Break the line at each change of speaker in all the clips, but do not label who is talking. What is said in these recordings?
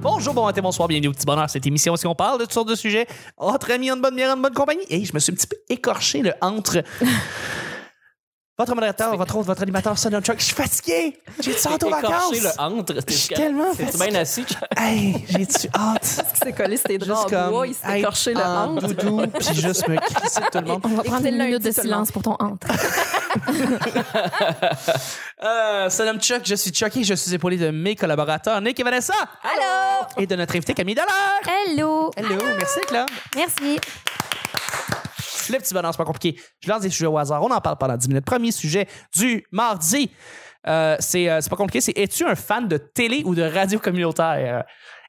Bonjour, bon matin, bonsoir, bienvenue au Petit Bonheur. Cette émission, si on parle de toutes sortes de sujets, entre amis, en bonne bière, en bonne compagnie. Et je me suis un petit peu écorché le entre. Votre modérateur, votre hôte, votre animateur, Sonia Chuck. Je suis fatigué. J'ai tu hâte aux vacances.
Écorcher le entre.
Je suis tellement
C'est
fatigué.
bien assis.
Hey, j'ai tu hâte.
Parce qu'il s'est collé ses draps
Juste
en bois,
comme
Ah, il s'est écorché le
en
ventre.
doudou, puis juste me crisser de tout le monde.
On va prendre
Écoutez
une minute
lundi
de
seulement.
silence pour ton hante.
Euh, Salam Chuck, je suis Chucky, je suis épaulé de mes collaborateurs Nick et Vanessa
Allô?
et de notre invité Camille Dallaire.
Hello!
Hello, merci Claude.
Merci.
Le petit bonheur, c'est pas compliqué. Je lance des sujets au hasard, on en parle pendant 10 minutes. Premier sujet du mardi, Euh, c'est euh, c'est pas compliqué, c'est es-tu un fan de télé ou de radio communautaire? Euh,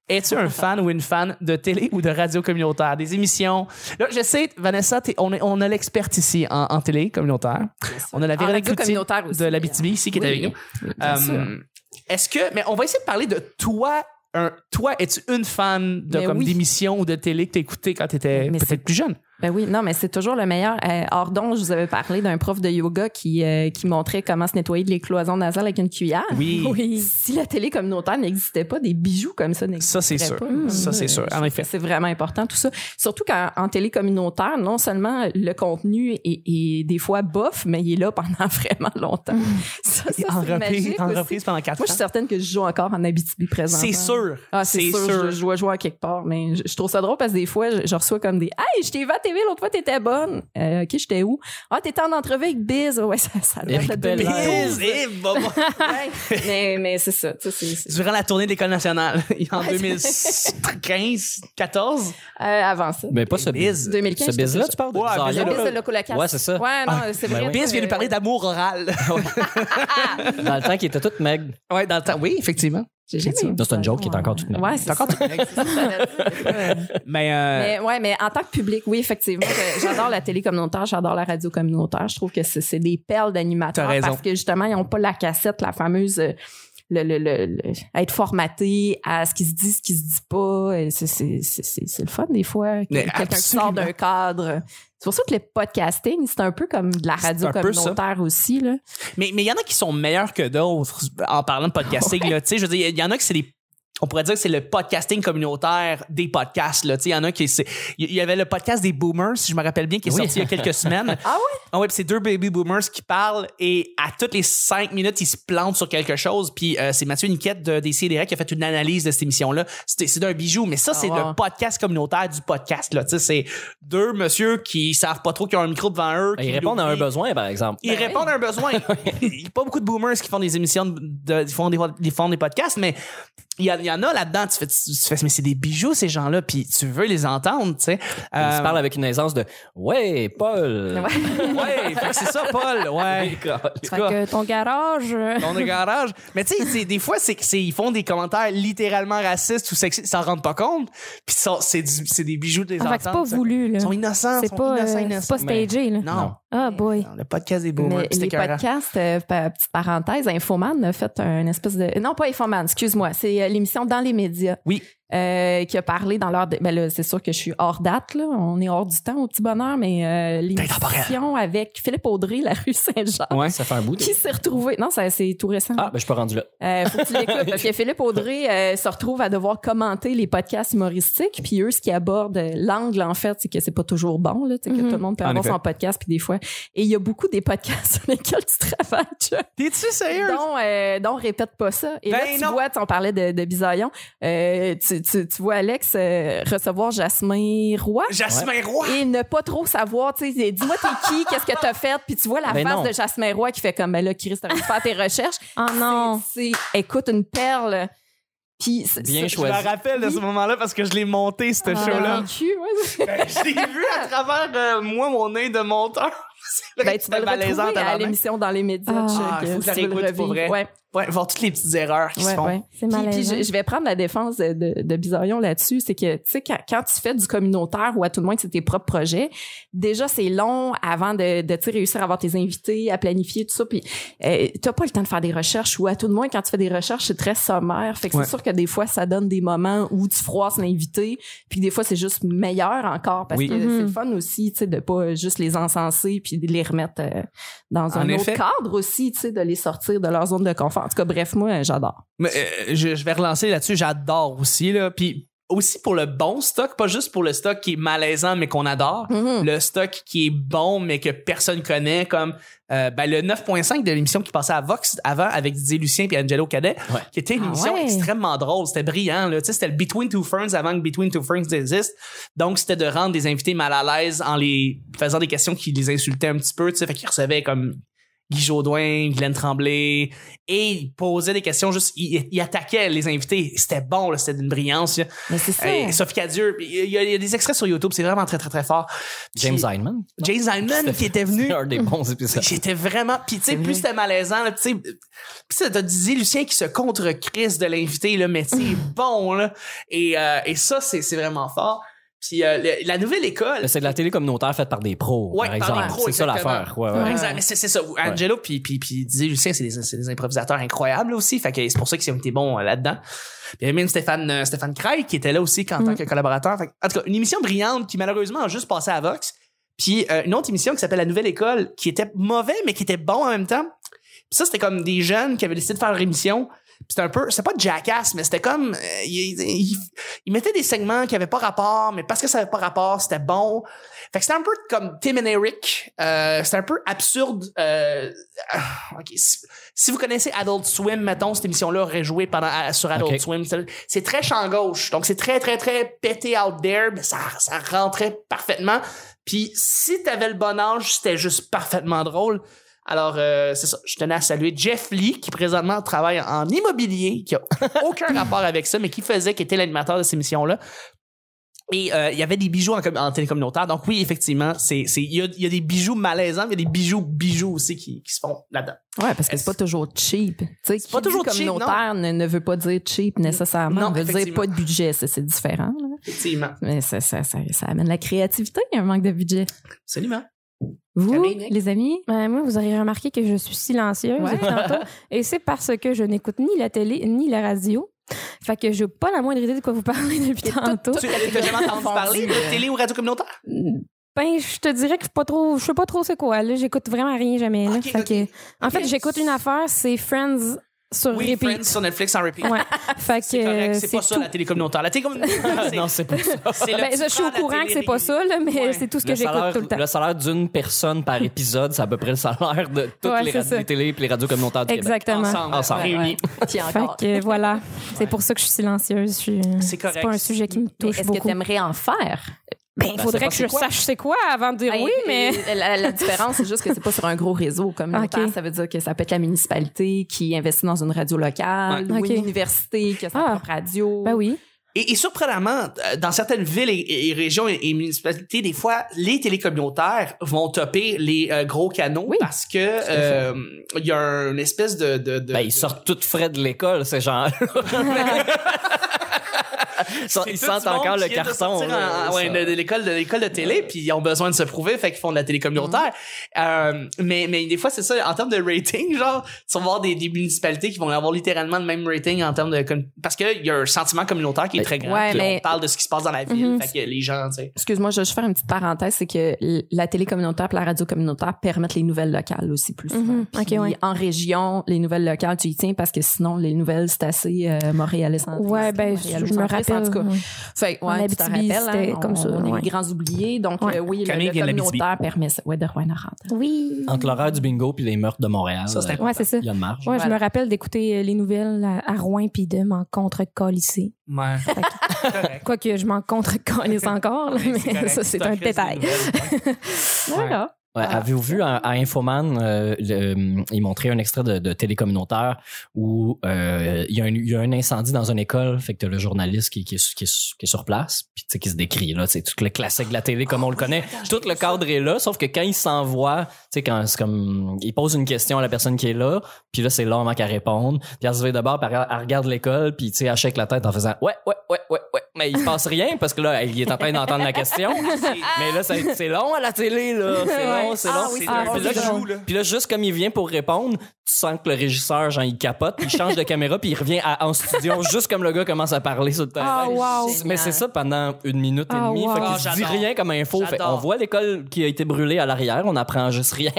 Es-tu un fan ou une fan de télé ou de radio communautaire? Des émissions. Là, je sais, Vanessa, t'es- on, est- on a l'experte ici en, en télé communautaire. On a la
En
Véronique
radio
Cloutier
communautaire aussi,
de l'Abitibi ici qui est
Oui,
avec nous.
bien sûr.
Euh, Est-ce que. Mais on va essayer de parler de toi. Un, toi, es-tu une fan de
Mais
comme
oui.
d'émissions ou de télé que t'écoutais quand t'étais
Mais c'est-
peut-être plus jeune?
Ben oui, non, mais c'est toujours le meilleur. Euh, Ordon, je vous avais parlé d'un prof de yoga qui, euh, qui montrait comment se nettoyer de les cloisons nasales avec une cuillère.
Oui.
Oui.
Si la télé communautaire n'existait pas, des bijoux comme ça n'existaient
Ça, c'est sûr.
pas.
Ça, c'est
Euh,
sûr. En effet.
C'est vraiment important, tout ça. Surtout qu'en en télé communautaire, non seulement le contenu est, est des fois bof, mais il est là pendant vraiment longtemps. Ça, ça,
Mm. en,
c'est
reprise,
magique
en
aussi.
reprise pendant quatre
Moi, je suis
ans.
certaine que je joue encore en Abitibi présent.
C'est sûr.
Ah, c'est sûr, Je, je dois jouer à quelque part, mais je, je trouve ça drôle parce que des fois, je, je reçois comme des Hey, je t'ai vu à TV, l'autre fois, t'étais bonne. Euh, ok, j'étais où? Ah, t'étais en entrevue avec Biz. Ah, Ouais, ça, ça date de
Eric Bell.
2012.
Biz et Bobo.
Ouais. mais, mais c'est ça, tu sais, c'est- c'est-
Durant la tournée de l'École nationale, en 2015, 14.
Euh, avant ça.
Mais pas ce
Biz.
biz.
2015,
Ce biz-là,
j'étais
tu parles de
Ouais,
Bizarre.
Biz
La
Biz
Biz de Locolacasse.
Ouais, c'est ça.
Ouais, non, c'est
ben
vrai.
oui.
que-
Biz vient nous parler d'amour oral.
Dans le temps qu'il était toute maigre.
ouais, dans le temps. Oui, effectivement.
J'ai jamais
C'est ça.
eu
Non, c'est une
ça.
joke qui est encore toute maigre.
Ouais, c'est
encore
ça. Ouais.
Mais, euh,
Mais, ouais, mais en tant que public, oui, effectivement, je- j'adore la télé communautaire, j'adore la radio communautaire. Je trouve que c'est c'est des perles d'animateurs
T'as raison.
parce que justement, ils n'ont pas la cassette, la fameuse. euh, Le, le, le- le- à être formaté à ce qui se dit, ce qui se dit pas. Et c'est- C'est c'est- c'est- c'est le fun des fois. que
Mais
Quelqu'un qui
absolument.
sort d'un cadre. C'est pour ça que le podcasting, c'est un peu comme de la
C'est
radio
un peu ça.
communautaire aussi. Là.
Mais mais il y en a qui sont meilleurs que d'autres en parlant de podcasting. là. Tu sais, je veux dire, il y en a qui c'est des on pourrait dire que c'est le podcasting communautaire des podcasts. Là. Tu sais, Il y en a qui... c'est- Il y- il y avait le podcast des boomers, si je me rappelle bien, qui est
Oui.
sorti il y a quelques semaines.
Ah ouais?
Ah ouais, puis c'est deux baby boomers qui parlent et à toutes les cinq minutes, ils se plantent sur quelque chose. Puis euh, c'est Mathieu Niquette de des CDR qui a fait une analyse de cette émission-là. C'était- C'est d'un bijou, mais ça, c'est
Ah ouais.
le podcast communautaire du podcast. Là. Tu sais, C'est deux messieurs qui savent pas trop qu'ils ont un micro devant eux. qui
Ben, Ils répondent à un
l'oublient.
besoin, par exemple.
Ils
Ben
répondent à un besoin. Il n'y a pas beaucoup de boomers qui font des émissions, de, de- ils, font des, ils font des podcasts, mais il y, a- il y en a là-dedans. Tu fais, tu fais, mais c'est des bijoux, ces gens-là, puis tu veux les entendre, tu sais.
Ils
Euh,
se parlent avec une aisance de Ouais, Paul.
ouais, fait que c'est ça, Paul. Ouais. En tout
Fait
cas,
que ton garage. euh,
on est garage. Mais tu sais, c'est- des fois, c'est, que c'est- ils font des commentaires littéralement racistes ou sexistes, ils s'en rendent pas compte, puis ça- c'est, du- c'est des bijoux de les
ah, fait que c'est
entendre,
pas
tu sais.
voulu, là.
Ils sont innocents, ils
C'est
sont
pas, euh,
innocents,
c'est
innocents.
pas stagé, là.
Non.
Ah, boy.
Le podcast des boomers,
Mais
c'était
les
écœurant.
podcasts, euh, pa- petite parenthèse, Infoman a fait un espèce de... Non, pas Infoman, excuse-moi. C'est euh, l'émission Dans les médias.
Oui.
Euh, qui a parlé dans l'heure... de- Ben là, c'est sûr que je suis hors date, là. On est hors du temps au petit bonheur, mais euh, l'émission avec Philippe Audrey, La rue Saint-Jean,
Ouais, ça fait un bout. de-
qui s'est retrouvé... Non, ça, c'est tout récent.
Ah, ben, je suis pas rendu là.
Euh, faut que tu l'écoutes parce que Philippe Audrey euh, se retrouve à devoir commenter les podcasts humoristiques puis eux ce qui aborde euh, l'angle en fait c'est que c'est pas toujours bon là, tu sais, que
Mhm.
tout le monde peut
Mm-hmm. En
avoir
effet.
son podcast puis des fois et il y a beaucoup des podcasts sur lesquels tu travailles Chuck,
T'es-tu sérieux?
dont euh, dont répète pas ça et là
Ben
tu
non.
vois tu- on parlait de, de Bisaillon euh, tu, tu, tu vois Alex euh, recevoir Jasmin Roy
Jasmin Roy!
et ne pas trop savoir, tu sais, dis-moi t'es qui, qu'est-ce que t'as fait, puis tu vois la
Ben
face
non.
de Jasmin Roy qui fait comme, ben là, Chris, t'as dû faire tes recherches,
Ah, non.
c'est, c'est- écoute, une perle. Puis c'est-
Bien
c'est-
Je me
choisi.
rappelle de ce moment-là parce que je l'ai monté, ce
Ah,
show-là.
mon cul, ouais.
je l'ai vu à travers, euh, moi, mon nez de monteur. C'est vrai
Ben,
que
tu vas
c'était
le
malaisant
retrouver à
tabarnak.
l'émission dans les médias.
Ah,
Chuck,
faut
euh,
que je la
tu veux le
réécoute pour
revivre.
vrai.
Ouais,
Ouais, voir toutes les petites erreurs qui se
ouais,
font.
ouais.
C'est
Puis, puis
malaisant.
je, je vais prendre la défense de, de, de Bizarion là-dessus, c'est que tu sais quand, quand tu fais du communautaire ou à tout le moins que c'est tes propres projets, déjà c'est long avant de, de tu sais, réussir à avoir tes invités, à planifier tout ça, puis euh, t'as pas le temps de faire des recherches ou à tout le moins quand tu fais des recherches c'est très sommaire, fait que
Ouais.
c'est sûr que des fois ça donne des moments où tu froisses l'invité, puis des fois c'est juste meilleur encore parce
Oui.
que
Mhm.
c'est le fun aussi, tu sais, de pas juste les encenser puis puis de les remettre euh, dans
En
un
effet.
autre cadre aussi, tu sais, de les sortir de leur zone de confort. En tout cas, bref, moi, euh, j'adore.
Mais, euh, je, je vais relancer là-dessus, j'adore aussi. Là. Puis aussi pour le bon stock, pas juste pour le stock qui est malaisant mais qu'on adore.
Mhm.
Le stock qui est bon mais que personne connaît, comme euh, ben, le 9.5 de l'émission qui passait à Vox avant avec Didier Lucien et Angelo Cadet,
Ouais.
qui était une
Ah
émission
ouais.
extrêmement drôle. C'était brillant. là. Tu sais, C'était le Between Two Ferns avant que Between Two Ferns existe. Donc, c'était de rendre des invités mal à l'aise en les faisant des questions qui les insultaient un petit peu. Tu sais, fait qu'ils recevaient comme Guy Jodoin, Glenn Tremblay, et ils posaient des questions juste, ils, ils attaquaient les invités. C'était bon, là, c'était d'une brillance. là.
Mais c'est ça.
Et Sophie Cadieux, il y, a, il y a des extraits sur YouTube, c'est vraiment très, très, très fort.
James
Puis-
Einman.
James Hyman qui était venu.
C'est un des bons épisodes.
J'étais vraiment. Puis, tu sais, plus c'était malaisant, là, tu sais. Puis, ça, t'as Didier Lucien qui se contre-crise de l'invité, là, mais tu sais, bon, là. Et, euh, et ça, c'est c'est vraiment fort. Puis, euh, le- la nouvelle école.
Mais C'est de la télé communautaire faite par des pros,
Ouais,
par
par des
exemple.
pros,
c'est ça
exactement.
l'affaire. Ouais, ouais.
Par exemple, mais c'est c'est ça. Angelo puis puis puis Didier Lucien, c'est des, c'est des improvisateurs incroyables aussi. Fait que c'est pour ça qu'ils ont été bons euh, là-dedans. Puis il y a même Stéphane euh, Stéphane Craig qui était là aussi
Mm.
en tant que collaborateur. Fait que, en tout cas, une émission brillante qui malheureusement a juste passé à Vox. Puis euh, une autre émission qui s'appelle La Nouvelle École qui était mauvais mais qui était bon en même temps. Puis ça c'était comme des jeunes qui avaient décidé de faire leur émission. Puis C'était un peu, c'est pas jackass, mais c'était comme, euh, ils il, mettaient des segments qui avaient pas rapport, mais parce que ça avait pas rapport, c'était bon. Fait que c'était un peu comme Tim and Eric. Euh, c'était un peu absurde. Euh, ah, ok, Si, si vous connaissez Adult Swim, mettons, cette émission-là aurait joué pendant, à- sur Adult
Ok.
Swim. C'est- C'est très champ gauche. Donc, c'est très, très, très pété out there, mais ça, ça rentrait parfaitement. Puis, si t'avais le bon âge, c'était juste parfaitement drôle. Alors, euh, c'est ça. Je tenais à saluer Jeff Lee, qui présentement travaille en immobilier, qui a aucun rapport avec ça, mais qui faisait, qui était l'animateur de cette émission-là. Et euh, il y avait des bijoux en, com- en télécommunautaire. Donc oui, effectivement, c'est c'est- il y a, il y a des bijoux malaisants, mais il y a des bijoux bijoux aussi qui, qui se font là-dedans.
Ouais, parce que c'est pas toujours cheap. Tu sais, qui
pas
dit
toujours cheap,
communautaire ne, ne veut pas dire cheap nécessairement.
Non,
On veut dire
effectivement.
pas de budget, ça, c'est différent. là.
Effectivement.
Mais ça, ça, ça, ça amène la créativité, un manque de budget.
Absolument.
Vous,
Camille, Nick?
les amis?
Ben, moi, vous aurez remarqué que je suis silencieuse
Ouais.
depuis tantôt. Et c'est parce que je n'écoute ni la télé ni la radio. Fait que j'ai pas la moindre idée de quoi vous parlez depuis
tout-
tantôt.
Tu n'as jamais entendu parler de télé ou radio communautaire?
Ben, je te dirais que je suis pas trop, je sais pas trop c'est quoi. Là, j'écoute vraiment rien jamais. là.
Ok,
Fait
ok.
que- en fait,
Ok.
j'écoute une affaire, c'est Friends sur
Oui, Friends
repeat.
sur Netflix en repeat.
Ouais. Fait que euh,
C'est correct, c'est
c'est
pas ça
tout.
la télé communautaire. La télé communautaire, c'est
Non, c'est pas ça.
c'est le
Ben,
petit
je suis
frère
au
de la
courant que c'est
télé
pas ça, là, mais
Ouais.
c'est tout ce que j'écoute
salaire,
tout le temps.
le salaire d'une personne par épisode, c'est à peu près le salaire de toutes
Ouais,
les
c'est
radios
ça.
les télé et les radios communautaires du Québec.
Exactement.
Ensemble,
Ensemble.
réunis.
Puis encore,
Fait que voilà, c'est pour ça que je suis silencieuse. Je suis-
C'est correct.
pas un sujet qui me
mais
touche
est-ce que
beaucoup.
tu aimerais en faire?
Ben, il
c'est
faudrait
pas
que
c'est
je
quoi.
sache c'est quoi avant de dire
Ben,
oui, mais
euh, La, la différence, c'est juste que c'est pas sur un gros réseau communautaire.
Ok.
Ça veut dire que ça peut être la municipalité qui investit dans une radio locale
Ouais.
ou
Ok.
une université qui a sa
Ah.
propre radio.
ben oui.
Et, et surprenamment, euh, dans certaines villes et, et régions et, et municipalités, des fois, les télécommunautaires vont topper les euh, gros canaux
Oui,
parce que euh, il y a une espèce de. de, de-
Ben, ils sortent tout frais de l'école, ces gens-là. Ils sont-
C'est
ils
tout
sentent
du monde
encore le
qui vient de
carton.
sortir
là,
en- ouais,
ça.
de, de l'école de l'école de télé, puis ils ont besoin de se prouver, fait qu'ils font de la télé communautaire.
Mm-hmm.
Euh, mais mais des fois c'est ça en termes de rating, genre tu vas voir des, des municipalités qui vont avoir littéralement le même rating en termes de com- parce que il y a un sentiment communautaire qui est
Ben,
très grand.
ouais,
puis
mais- Mm-hmm.
On parle de ce qui se passe dans la ville,
Mhm.
fait que les gens, tu sais.
Excuse-moi, je vais juste faire une petite parenthèse, c'est que l- la télé communautaire et la radio communautaire permettent les nouvelles locales aussi plus souvent.
Mhm.
Puis
Ok, ouais.
en région, les nouvelles locales, tu y tiens parce que sinon, les nouvelles, c'est assez euh, montréalais
Ouais, ben je, je me rappelle.
En tout cas,
ouais.
Fait, que,
En
ouais, tu t'en
Abitibi,
rappelles,
c'était
hein,
comme
on-
ça,
On est
ouais.
les grands oubliés, donc
Ouais.
euh, oui, le,
Camille
le
vient de l'Abitibi.
communautaire permet ça. Ouais, de Rouen-Noranda.
Oui.
Entre l'horaire du bingo puis les meurtres de Montréal,
Ça, c'est
euh,
Ouais, c'est ça.
il y a une marge.
Ouais, je
Voilà.
me rappelle d'écouter euh, les nouvelles à, à Rouen puis de m'en contre-colisser.
Ouais. correct.
Quoique je m'en contre-colisse encore, là, mais ça, c'est un détail.
Voilà.
Ouais,
Ah.
Avez-vous vu à, à Infoman, euh, le- ils montraient un extrait de, de télé communautaire où euh, il y, a un- il y a un incendie dans une école, fait que t'as le journaliste qui, qui, est, su- qui est su- qui est sur place, puis tu sais qui se décrit là, c'est tout le classique de la télé comme on le connaît. Tout le cadre est là, sauf que quand il s'envoie, tu sais quand c'est comme il pose une question à la personne qui est là, puis là c'est long avant qu'elle réponde, puis elle se lève d'abord, puis elle, elle regarde l'école, puis tu sais elle shake la tête en faisant ouais ouais ouais ouais ouais, mais il se passe rien parce que là, il est en train d'entendre la question. mais là, c'est c'est long à la télé, là. C'est
Ouais.
long, c'est
Ah
long.
oui,
c'est
c'est
long.
long,
Puis là,
c'est
je-
long.
Puis là, juste comme il vient pour répondre, tu sens que le régisseur, genre, il capote, puis il change de caméra, puis il revient à- en studio, juste comme le gars commence à parler sur le terrain.
Ah, wow.
Mais c'est ça pendant une minute et
Ah,
demie.
wow.
Fait qu'il
Ah,
se dit
j'adore.
rien comme info. Fait,
J'adore.
on voit l'école qui a été brûlée à l'arrière, on apprend juste rien.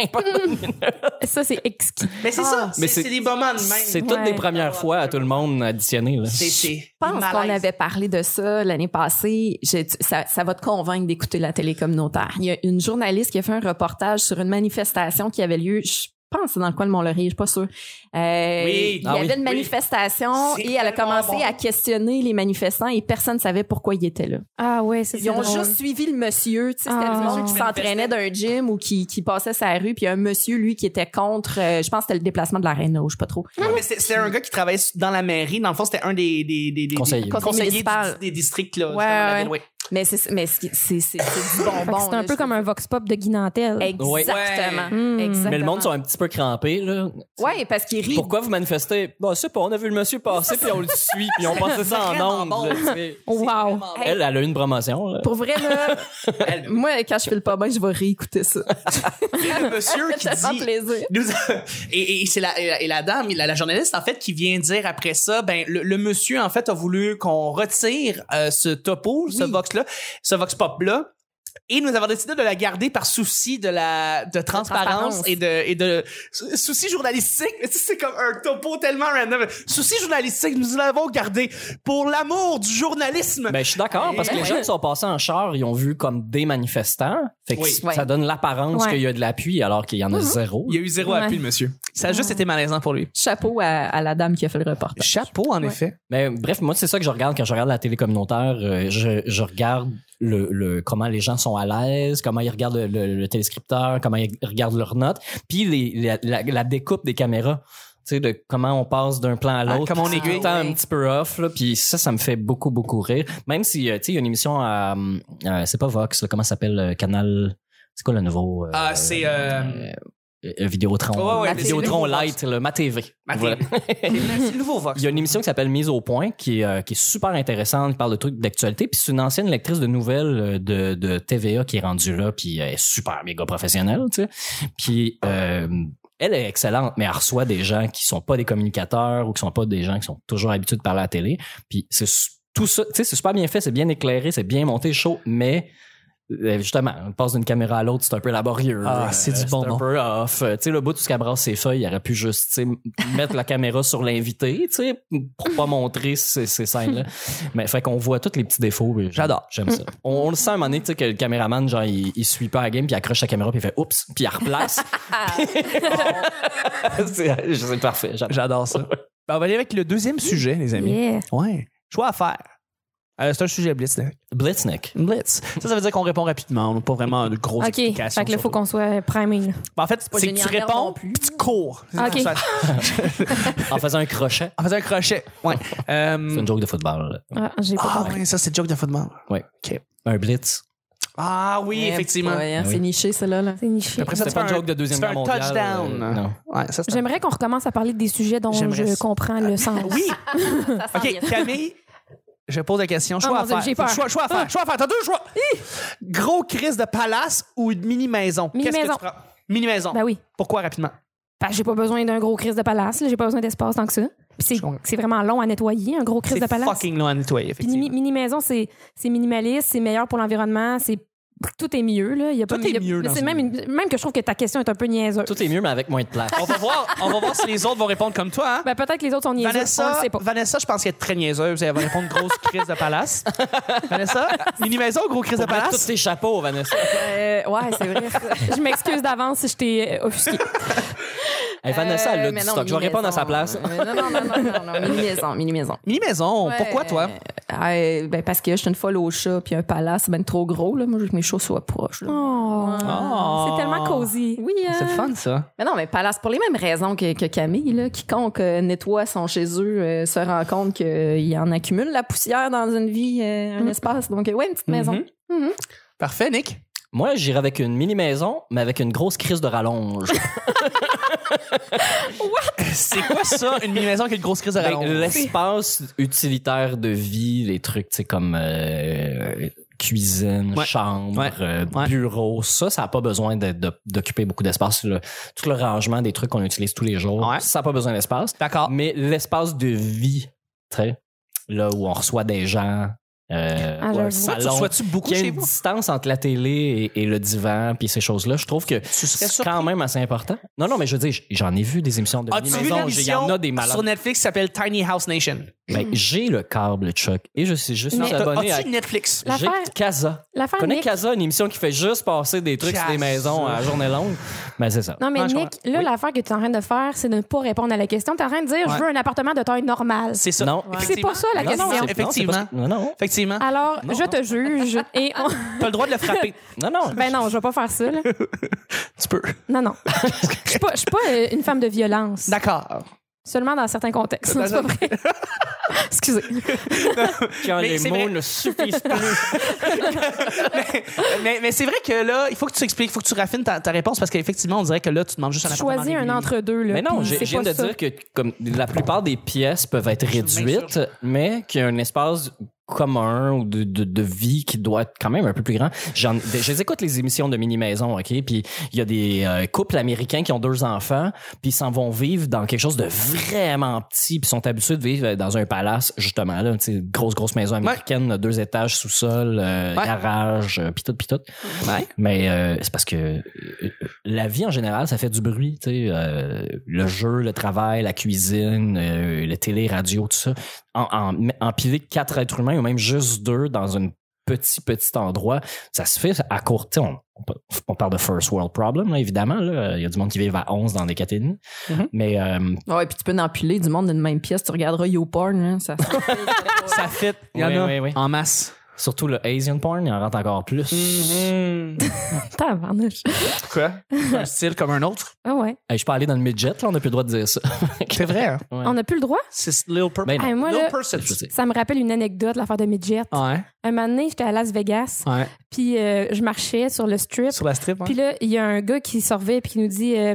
Ça, c'est exquis.
Mais
Ah.
c'est ça.
mais
C'est c'est
c'est-
des moments de
C'est
même.
toutes des
Ouais.
premières fois à tout le monde additionné. là.
C'est- C'est
Je pense qu'on
malaise.
avait parlé de ça l'année passée. J'ai- tu- ça, ça va te convaincre d'écouter la télé communautaire. Il y a une journaliste qui a fait un reportage sur une manifestation qui avait lieu, je pense, que c'est dans le coin de Mont-Laurier, je suis pas sûre. Euh,
Oui.
Il y
Ah
avait
oui.
une manifestation
Oui. C'est
et elle a
tellement
commencé
bon.
à questionner les manifestants et personne ne savait pourquoi ils étaient là.
Ah ouais, ça, c'est
Ils ont
drôle.
juste suivi le monsieur. tu sais, C'était
Ah.
du monde qui
Qui
s'entraînait d'un gym ou qui, qui passait sa rue. Puis il y a un monsieur, lui, qui était contre, euh, je pense que c'était le déplacement de l'arène ou je sais pas trop.
Ouais, mais c'est c'est un gars qui travaillait dans la mairie. Dans le fond, c'était un des, des, des, des-
Conseiller.
des
Conseiller
conseillers
municipal.
du- des districts. Là,
Ouais,
justement, la
ouais.
ville, ouais.
Mais c'est mais c'est c'est- c'est- c'est du bonbon.
Fait que c'est un
là,
peu
je
comme un vox pop de Guy Nantel.
Exactement.
Ouais.
Mm.
Exactement.
Mais le monde sont un petit peu crampés. Là.
Ouais, parce qu'il rit.
Pourquoi vous manifestez? Bon, c'est pas, on a vu le monsieur passer, puis on le suit, puis on passe ça
Vraiment
en ondes.
bon.
là, tu sais.
Wow.
Hey.
Elle, elle a eu une promotion. là.
Pour vrai, là,
Elle-
moi, quand je fais le pas bien, je vais réécouter ça.
le monsieur qui
Ça fait
dit
plaisir.
Nous- et, et- et c'est la, et la- et la dame, la, la journaliste, en fait, qui vient dire après ça, ben, le, le monsieur, en fait, a voulu qu'on retire euh, ce topo, ce vox-là, ce vox pop-là. Et nous avons décidé de la garder par souci de la de transparence,
transparence.
et de et de sou- souci journalistique. Mais tu sais, c'est comme un topo tellement random. Souci journalistique, nous l'avons gardé pour l'amour du journalisme.
Ben, je suis d'accord, parce que les gens qui sont passés en char, ils ont vu comme des manifestants. Fait que
Oui.
c- ça donne l'apparence
Ouais. Mhm.
qu'il y a de l'appui, alors qu'il y en a zéro.
Il y a eu zéro
Ouais.
appui, le monsieur. Ça a juste été malaisant pour lui.
Chapeau à, à la dame qui a fait le reportage.
Chapeau, en
Ouais.
effet.
Mais bref, moi, c'est ça que je regarde quand je regarde la télé communautaire. Euh, je, je regarde le, le- comment les gens sont à l'aise, comment ils regardent le, le- le téléscripteur, comment ils regardent leurs notes, puis les- la, la- la découpe des caméras. Tu sais, de comment on passe d'un plan à
Ah,
l'autre.
comment on
puis
aiguille.
tout le temps
Ouais.
un petit peu off, là, puis ça, ça me fait beaucoup, beaucoup rire. Même si, euh, tu sais, il y a une émission à... euh, c'est pas Vox, là, comment ça s'appelle? euh, Canal... C'est quoi le nouveau... euh,
Ah, c'est, euh,
euh, euh, Vidéotron.
Ouais, ouais,
Ma
mais c'est
Vidéotron
le nouveau
Light, le Ma TV.
Ma
Voilà.
C'est le nouveau Vox.
Il y a une émission qui s'appelle Mise au point qui, est, euh, qui est super intéressante, qui parle de trucs d'actualité. Puis c'est une ancienne lectrice de nouvelles euh, de, de TVA qui est rendue là, puis elle est super méga professionnelle, tu sais. Puis euh, elle est excellente, mais elle reçoit des gens qui sont pas des communicateurs ou qui sont pas des gens qui sont toujours habitués de parler à la télé. Puis c'est su- tout ça, tu sais, c'est super bien fait, c'est bien éclairé, c'est bien monté, chaud, mais euh, Justement, on passe d'une caméra à l'autre, c'est un peu laborieux.
Ah,
Euh,
c'est du bonbon.
un peu off. Euh, Tu sais, le bout de ce qu'abrasse ses feuilles, il aurait pu juste tu sais, mettre la caméra sur l'invité, tu sais, pour pas montrer ces, ces scènes-là. Mais fait qu'on voit tous les petits défauts. et j'aime-
J'adore.
J'aime ça. On, on le sent à un moment donné, tu sais, que le caméraman, genre, il, il suit pas la game, puis il accroche sa caméra, puis il fait oups, puis il replace. c'est c'est parfait. j'adore.
J'adore ça. Ben, on va aller avec le deuxième sujet, les amis.
Yeah.
Ouais. Choix à faire. Euh, c'est un sujet blitz. là.
Blitznik.
Blitz. Ça, ça veut dire qu'on répond rapidement. On n'a pas vraiment de grosses
OK.
explications.
Fait que là, faut
sur-
qu'on soit priming.
Ben, en fait,
pas
c'est que tu
génial non
réponds
plus.
puis tu cours. C'est
OK.
ça.
En faisant un crochet.
En faisant un crochet. Ouais.
C'est
Euh,
une joke de football. là.
Ah, j'ai pas
Ah
compris.
oui, ça, c'est joke de football.
Un blitz.
Ah oui, effectivement.
Ouais, hein,
Ah oui.
C'est niché, celle-là. là.
C'est niché.
Après ça,
C'était
tu fais
pas une
un-
joke de Deuxième
tu fais
Guerre
un
mondiale.
touchdown.
euh, non.
Ouais, ça, c'est un-
J'aimerais qu'on recommence à parler des sujets dont
J'aimerais
je
ça.
comprends le sens.
Oui.
Ça
Ah,
sent bien.
OK, Camille, je pose la question.
Oh
Choix
mon
à
Dieu,
faire.
j'ai peur. Ah.
Choix, choix à faire. Choix à faire. T'as deux choix. Gros crise de palace ou une mini-maison? Qu'est-ce que tu
Mini-maison.
prends? Mini-maison.
Ben oui.
Pourquoi rapidement?
Parce que j'ai pas besoin d'un gros crise de palace. là. J'ai pas besoin d'espace tant que ça. Puis c'est-
Je comprends.
C'est vraiment long à nettoyer, un gros crise de
C'est
palace.
fucking loin à nettoyer,
Puis
effectivement.
mini- mini-maison, c'est c'est minimaliste, c'est meilleur pour l'environnement, c'est tout est mieux. Là. Il Y a pas,
Tout est
il y a-
mieux
mais
dans
c'est
ce
même, une- même que je trouve que ta question est un peu niaiseuse.
Tout est mieux, mais avec moins de place.
on, va voir, on va voir si les autres vont répondre comme toi. hein.
Ben, Peut-être que les autres sont niaiseux, on le
Vanessa,
sait pas.
Vanessa, je pense qu'elle est très niaiseuse. Elle va répondre grosse crise de palace. Vanessa, mini-maison ou gros crise de
Pour mettre
palace?
tous tes chapeaux, Vanessa.
Euh, ouais, c'est vrai.
Je m'excuse d'avance si je t'ai euh, offusqué.
Hey, Vanessa, elle
Euh,
a
mais
du
non,
stock. Je vais
mini-maison,
répondre à sa place.
euh, Non, non, non, non, non, non, mini-maison, mini-maison.
Mini-maison, pourquoi toi?
Euh, euh, ben parce que je suis une folle au chat, puis un palace, c'est ben trop gros. Là. Moi, je veux que mes choses soient proches. là.
Oh.
Oh.
C'est tellement cosy.
Ah, Oui,
C'est
hein.
le fun, ça.
Mais non, mais Palace, pour les mêmes raisons que, que Camille, là, quiconque euh, nettoie son chez-eux euh, se rend compte qu'il en accumule la poussière dans une vie, euh, un
Mm.
espace. Donc, euh, ouais, une petite maison.
Mhm. Parfait, Nick.
Moi, j'irais avec une mini-maison, mais avec une grosse crise de rallonge.
C'est quoi ça, une mini-maison qui a une grosse crise de
Ben,
rallonge?
L'espace utilitaire de vie, les trucs, tu sais, comme euh, cuisine,
Ouais.
chambre,
Ouais.
euh,
Ouais.
bureau, ça, ça n'a pas besoin d'être- de- d'occuper beaucoup d'espace. Le- Tout le rangement des trucs qu'on utilise tous les jours,
Ouais.
ça n'a pas besoin d'espace.
D'accord.
Mais l'espace de vie, tu sais, là où on reçoit des gens, euh,
Ah,
ou
j'avoue.
un
Soit tu
salon,
sois-tu beaucoup
qu'il y a
chez
une
vous?
distance entre la télé et, et le divan, puis ces choses-là, je trouve que
Tu serais
c'est
surpris.
quand même assez important. Non, non, mais je veux dire, j'en ai vu des émissions de
As-tu vu
mini-maison, j'ai- il y
l'émission
en a des malades.
sur Netflix qui s'appelle Tiny House Nation?
Ben, j'ai le câble, Chuck, et je suis juste
Mais
T'as-
abonné à
As-tu Netflix?
La-
j'ai
L'affaire-
Casa. Tu
L'affaire
connais
Nick-
Casa, une émission qui fait juste passer des trucs sur
Casa.
des maisons à journée longue? Ben, c'est ça.
Non, mais
Ouais, je
Nick,
comprends.
là,
Oui.
l'affaire que tu es en train de faire, c'est de ne pas répondre à la question. Tu es en train de dire,
Ouais.
je veux un appartement de taille normale.
C'est ça.
Non.
C'est pas ça, la
Non, non,
question. Ah,
c'est- non, c'est
Effectivement.
pas ce que- Non, non.
Effectivement.
Alors,
Non,
je
non.
te juge et on-
T'as le droit de le frapper.
Non, non.
Ben non, je vais pas faire ça, là.
tu peux.
Non, non. Je suis pas, je suis pas euh, une femme de violence.
D'accord.
Seulement dans certains contextes.
Euh,
C'est pas vrai. Excusez.
Quand
Mais
les
c'est
mots
vrai.
ne suffisent plus.
mais mais c'est vrai que là, il faut que tu expliques, il faut que tu raffines ta, ta réponse parce qu'effectivement, on dirait que là, tu demandes juste un
Tu
appartement
choisis un
régulier.
entre-deux, là.
mais non,
puis
j'ai-
c'est
je viens
pas
de
ça.
dire que comme la plupart des pièces peuvent être
suis bien
réduites,
sûr.
mais qu'il y a un espace commun ou de, de, de vie qui doit être quand même un peu plus grand. J'en, je les écoute les émissions de mini maison, ok. Puis il y a des euh, couples américains qui ont deux enfants, puis ils s'en vont vivre dans quelque chose de vraiment petit, puis ils sont habitués de vivre dans un palace justement là, tu sais, une grosse grosse maison américaine, deux étages, sous-sol, euh,
Ouais.
garage, euh, puis tout, puis tout.
Ouais.
Mais euh, c'est parce que euh, la vie en général, ça fait du bruit. tu sais, euh, le jeu, le travail, la cuisine, euh, la télé, radio, tout ça. En, en, empiler quatre êtres humains ou même juste deux dans un petit, petit endroit, ça se fait à court terme. On, on parle de first world problem, là, évidemment. là. Il y a du monde qui vit à 11 dans des catégories.
Mhm.
Mais euh,
Ouais, puis tu peux empiler du monde d'une même pièce. Tu regarderas YouPorn, hein, ça.
Ça fit. Il y en
Oui,
a
oui, oui.
en masse.
surtout le Asian porn, il en rentre encore plus.
Mm-hmm.
Mm-hmm.
Tabarnouche.
Quoi? Un style comme un autre.
Ah ouais.
Hey, je peux aller dans le midget, là, on n'a plus le droit de dire ça.
C'est vrai, hein?
Ouais.
On n'a plus le droit?
C'est Lil Purp.
Ben non. Ah.
Ah, moi,
Lil
là,
Person.
Je sais.
ça me rappelle une anecdote, l'affaire de Midget.
Ouais,
Un moment donné, j'étais à Las Vegas,
ouais.
puis euh, je marchais sur le strip.
Sur la strip, ouais.
Puis là, il y a un gars qui sortait puis qui nous dit, euh,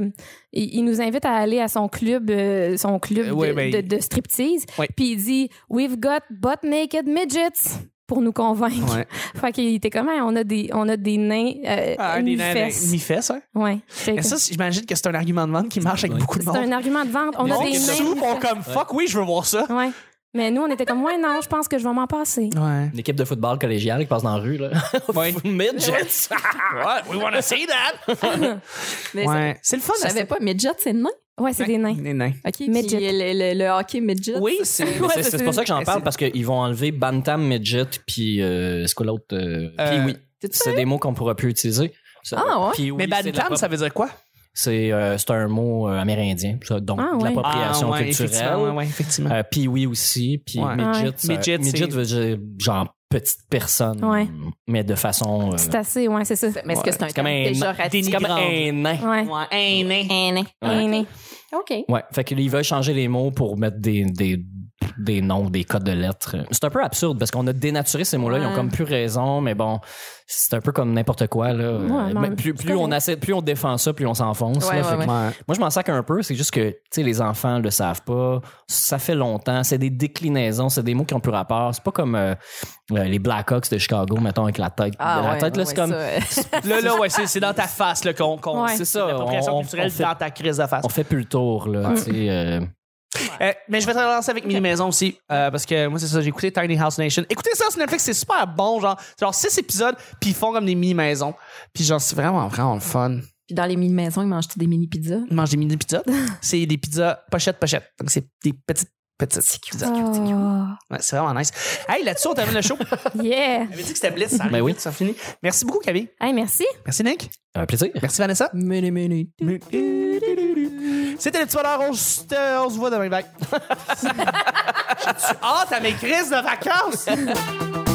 il, il nous invite à aller à son club, euh, son club
Euh, ouais,
de,
ben,
de- de striptease.
Ouais.
Puis il dit, we've got butt naked midgets pour nous convaincre.
Ouais.
Fait qu'il était comment on a des on a des nains euh,
Ah, des nains,
mi-fesses.
mi-fesses, hein?
Ouais. J'étais
Mais
comme-
ça, c'est- j'imagine que c'est un argument de vente qui marche avec
Ouais.
beaucoup de
C'est
monde.
un argument de vente. On
Les
a
gens
des
qui
nains.
sous font comme fuck, oui, je veux voir ça.
Ouais. Mais nous, on était comme, ouais, non, je pense que je vais m'en passer.
Ouais.
Une équipe de football collégiale qui passe dans la rue, là.
Ouais.
midgets.
What? We wanna see that!
Mais ça-
Ouais. C'est le fun,
Je savais pas, midget, c'est le nain.
Ouais, c'est des nains.
Les nains.
OK,
Midget.
puis le, le- le hockey midget.
Oui, c'est.
Mais c'est- c'est pour ça que j'en
Mais
parle
c'est-
parce qu'ils vont enlever Bantam, Midget, puis euh, c'est quoi l'autre? Euh,
Euh,
oui.
c'est ça?
C'est des mots qu'on pourra plus utiliser. Ça-
Ah, ouais?
Pee-wee,
Mais
c'est de la
Bantam,
pop-
ça veut dire quoi?
C'est euh, c'est un mot euh, amérindien, ça, donc
Ah,
de
ouais.
l'appropriation
ouais,
culturelle.
effectivement. Ah, Ouais, ouais, effectivement.
Euh, Pee-wee aussi, puis
Ouais.
Ah,
Midget.
ouais.
ça-
Midget,
midget
c'est-
veut dire genre petite personne,
Ouais.
mais de façon... euh,
C'est assez, ouais, c'est ça.
Mais est-ce que c'est un
c'est comme
terme
un-
péjoratif?
c'est comme un nain.
Ouais.
Ouais, un nain.
Un nain.
Des nains.
OK.
Ouais, fait qu'ils veulent changer les mots pour mettre des, des, des noms, des codes de lettres. C'est un peu absurde parce qu'on a dénaturé ces mots-là, ils ont
Ouais.
comme plus raison, mais bon, c'est un peu comme n'importe quoi. Là. Euh,
non,
mais plus,
c'est
plus, on
correct.
essaie, plus on défend ça, plus on s'enfonce. là.
Ouais, ouais,
Fait que
ouais.
Moi, je m'en sac un peu, c'est juste que tu sais, les enfants le savent pas, ça fait longtemps, c'est des déclinaisons, c'est des mots qui ont plus rapport. C'est pas comme euh, euh, les Blackhawks de Chicago, mettons, avec la tête.
Ah
la tête, là, c'est comme.
Là, là, ouais, c'est c'est dans ta face, là, qu'on. qu'on-
Ouais.
C'est
C'est
ça,
l'appropriation
on, on
culturelle
fait,
dans ta crise de face.
on fait plus le tour, là. tu sais, euh,
Euh, mais je vais te relancer avec Mini Maison aussi, euh, parce que moi, c'est ça, j'ai écouté Tiny House Nation. Écoutez ça sur Netflix, c'est super bon, genre, c'est genre 6 épisodes, puis ils font comme des mini maisons. Puis genre, c'est vraiment, vraiment le fun.
Puis dans les mini-maisons, ils mangent-tu des mini-pizzas?
Ils mangent des mini pizzas. c'est des pizzas pochette, pochette. Donc, c'est des petites, petites pizzas.
Oh,
Ouais, c'est vraiment nice. Hey, là-dessus, on termine le show.
yeah.
J'avais dit que c'était Blitz, ça arrive
Ben oui.
vite, ça finit. Merci beaucoup, Camille.
Hey, merci.
Merci, Nick.
un plaisir.
Merci, Vanessa.
Mini, mini.
C'était le petit bonheur. On se euh, on se voit demain. Bye. J'ai hâte à mes crises de vacances.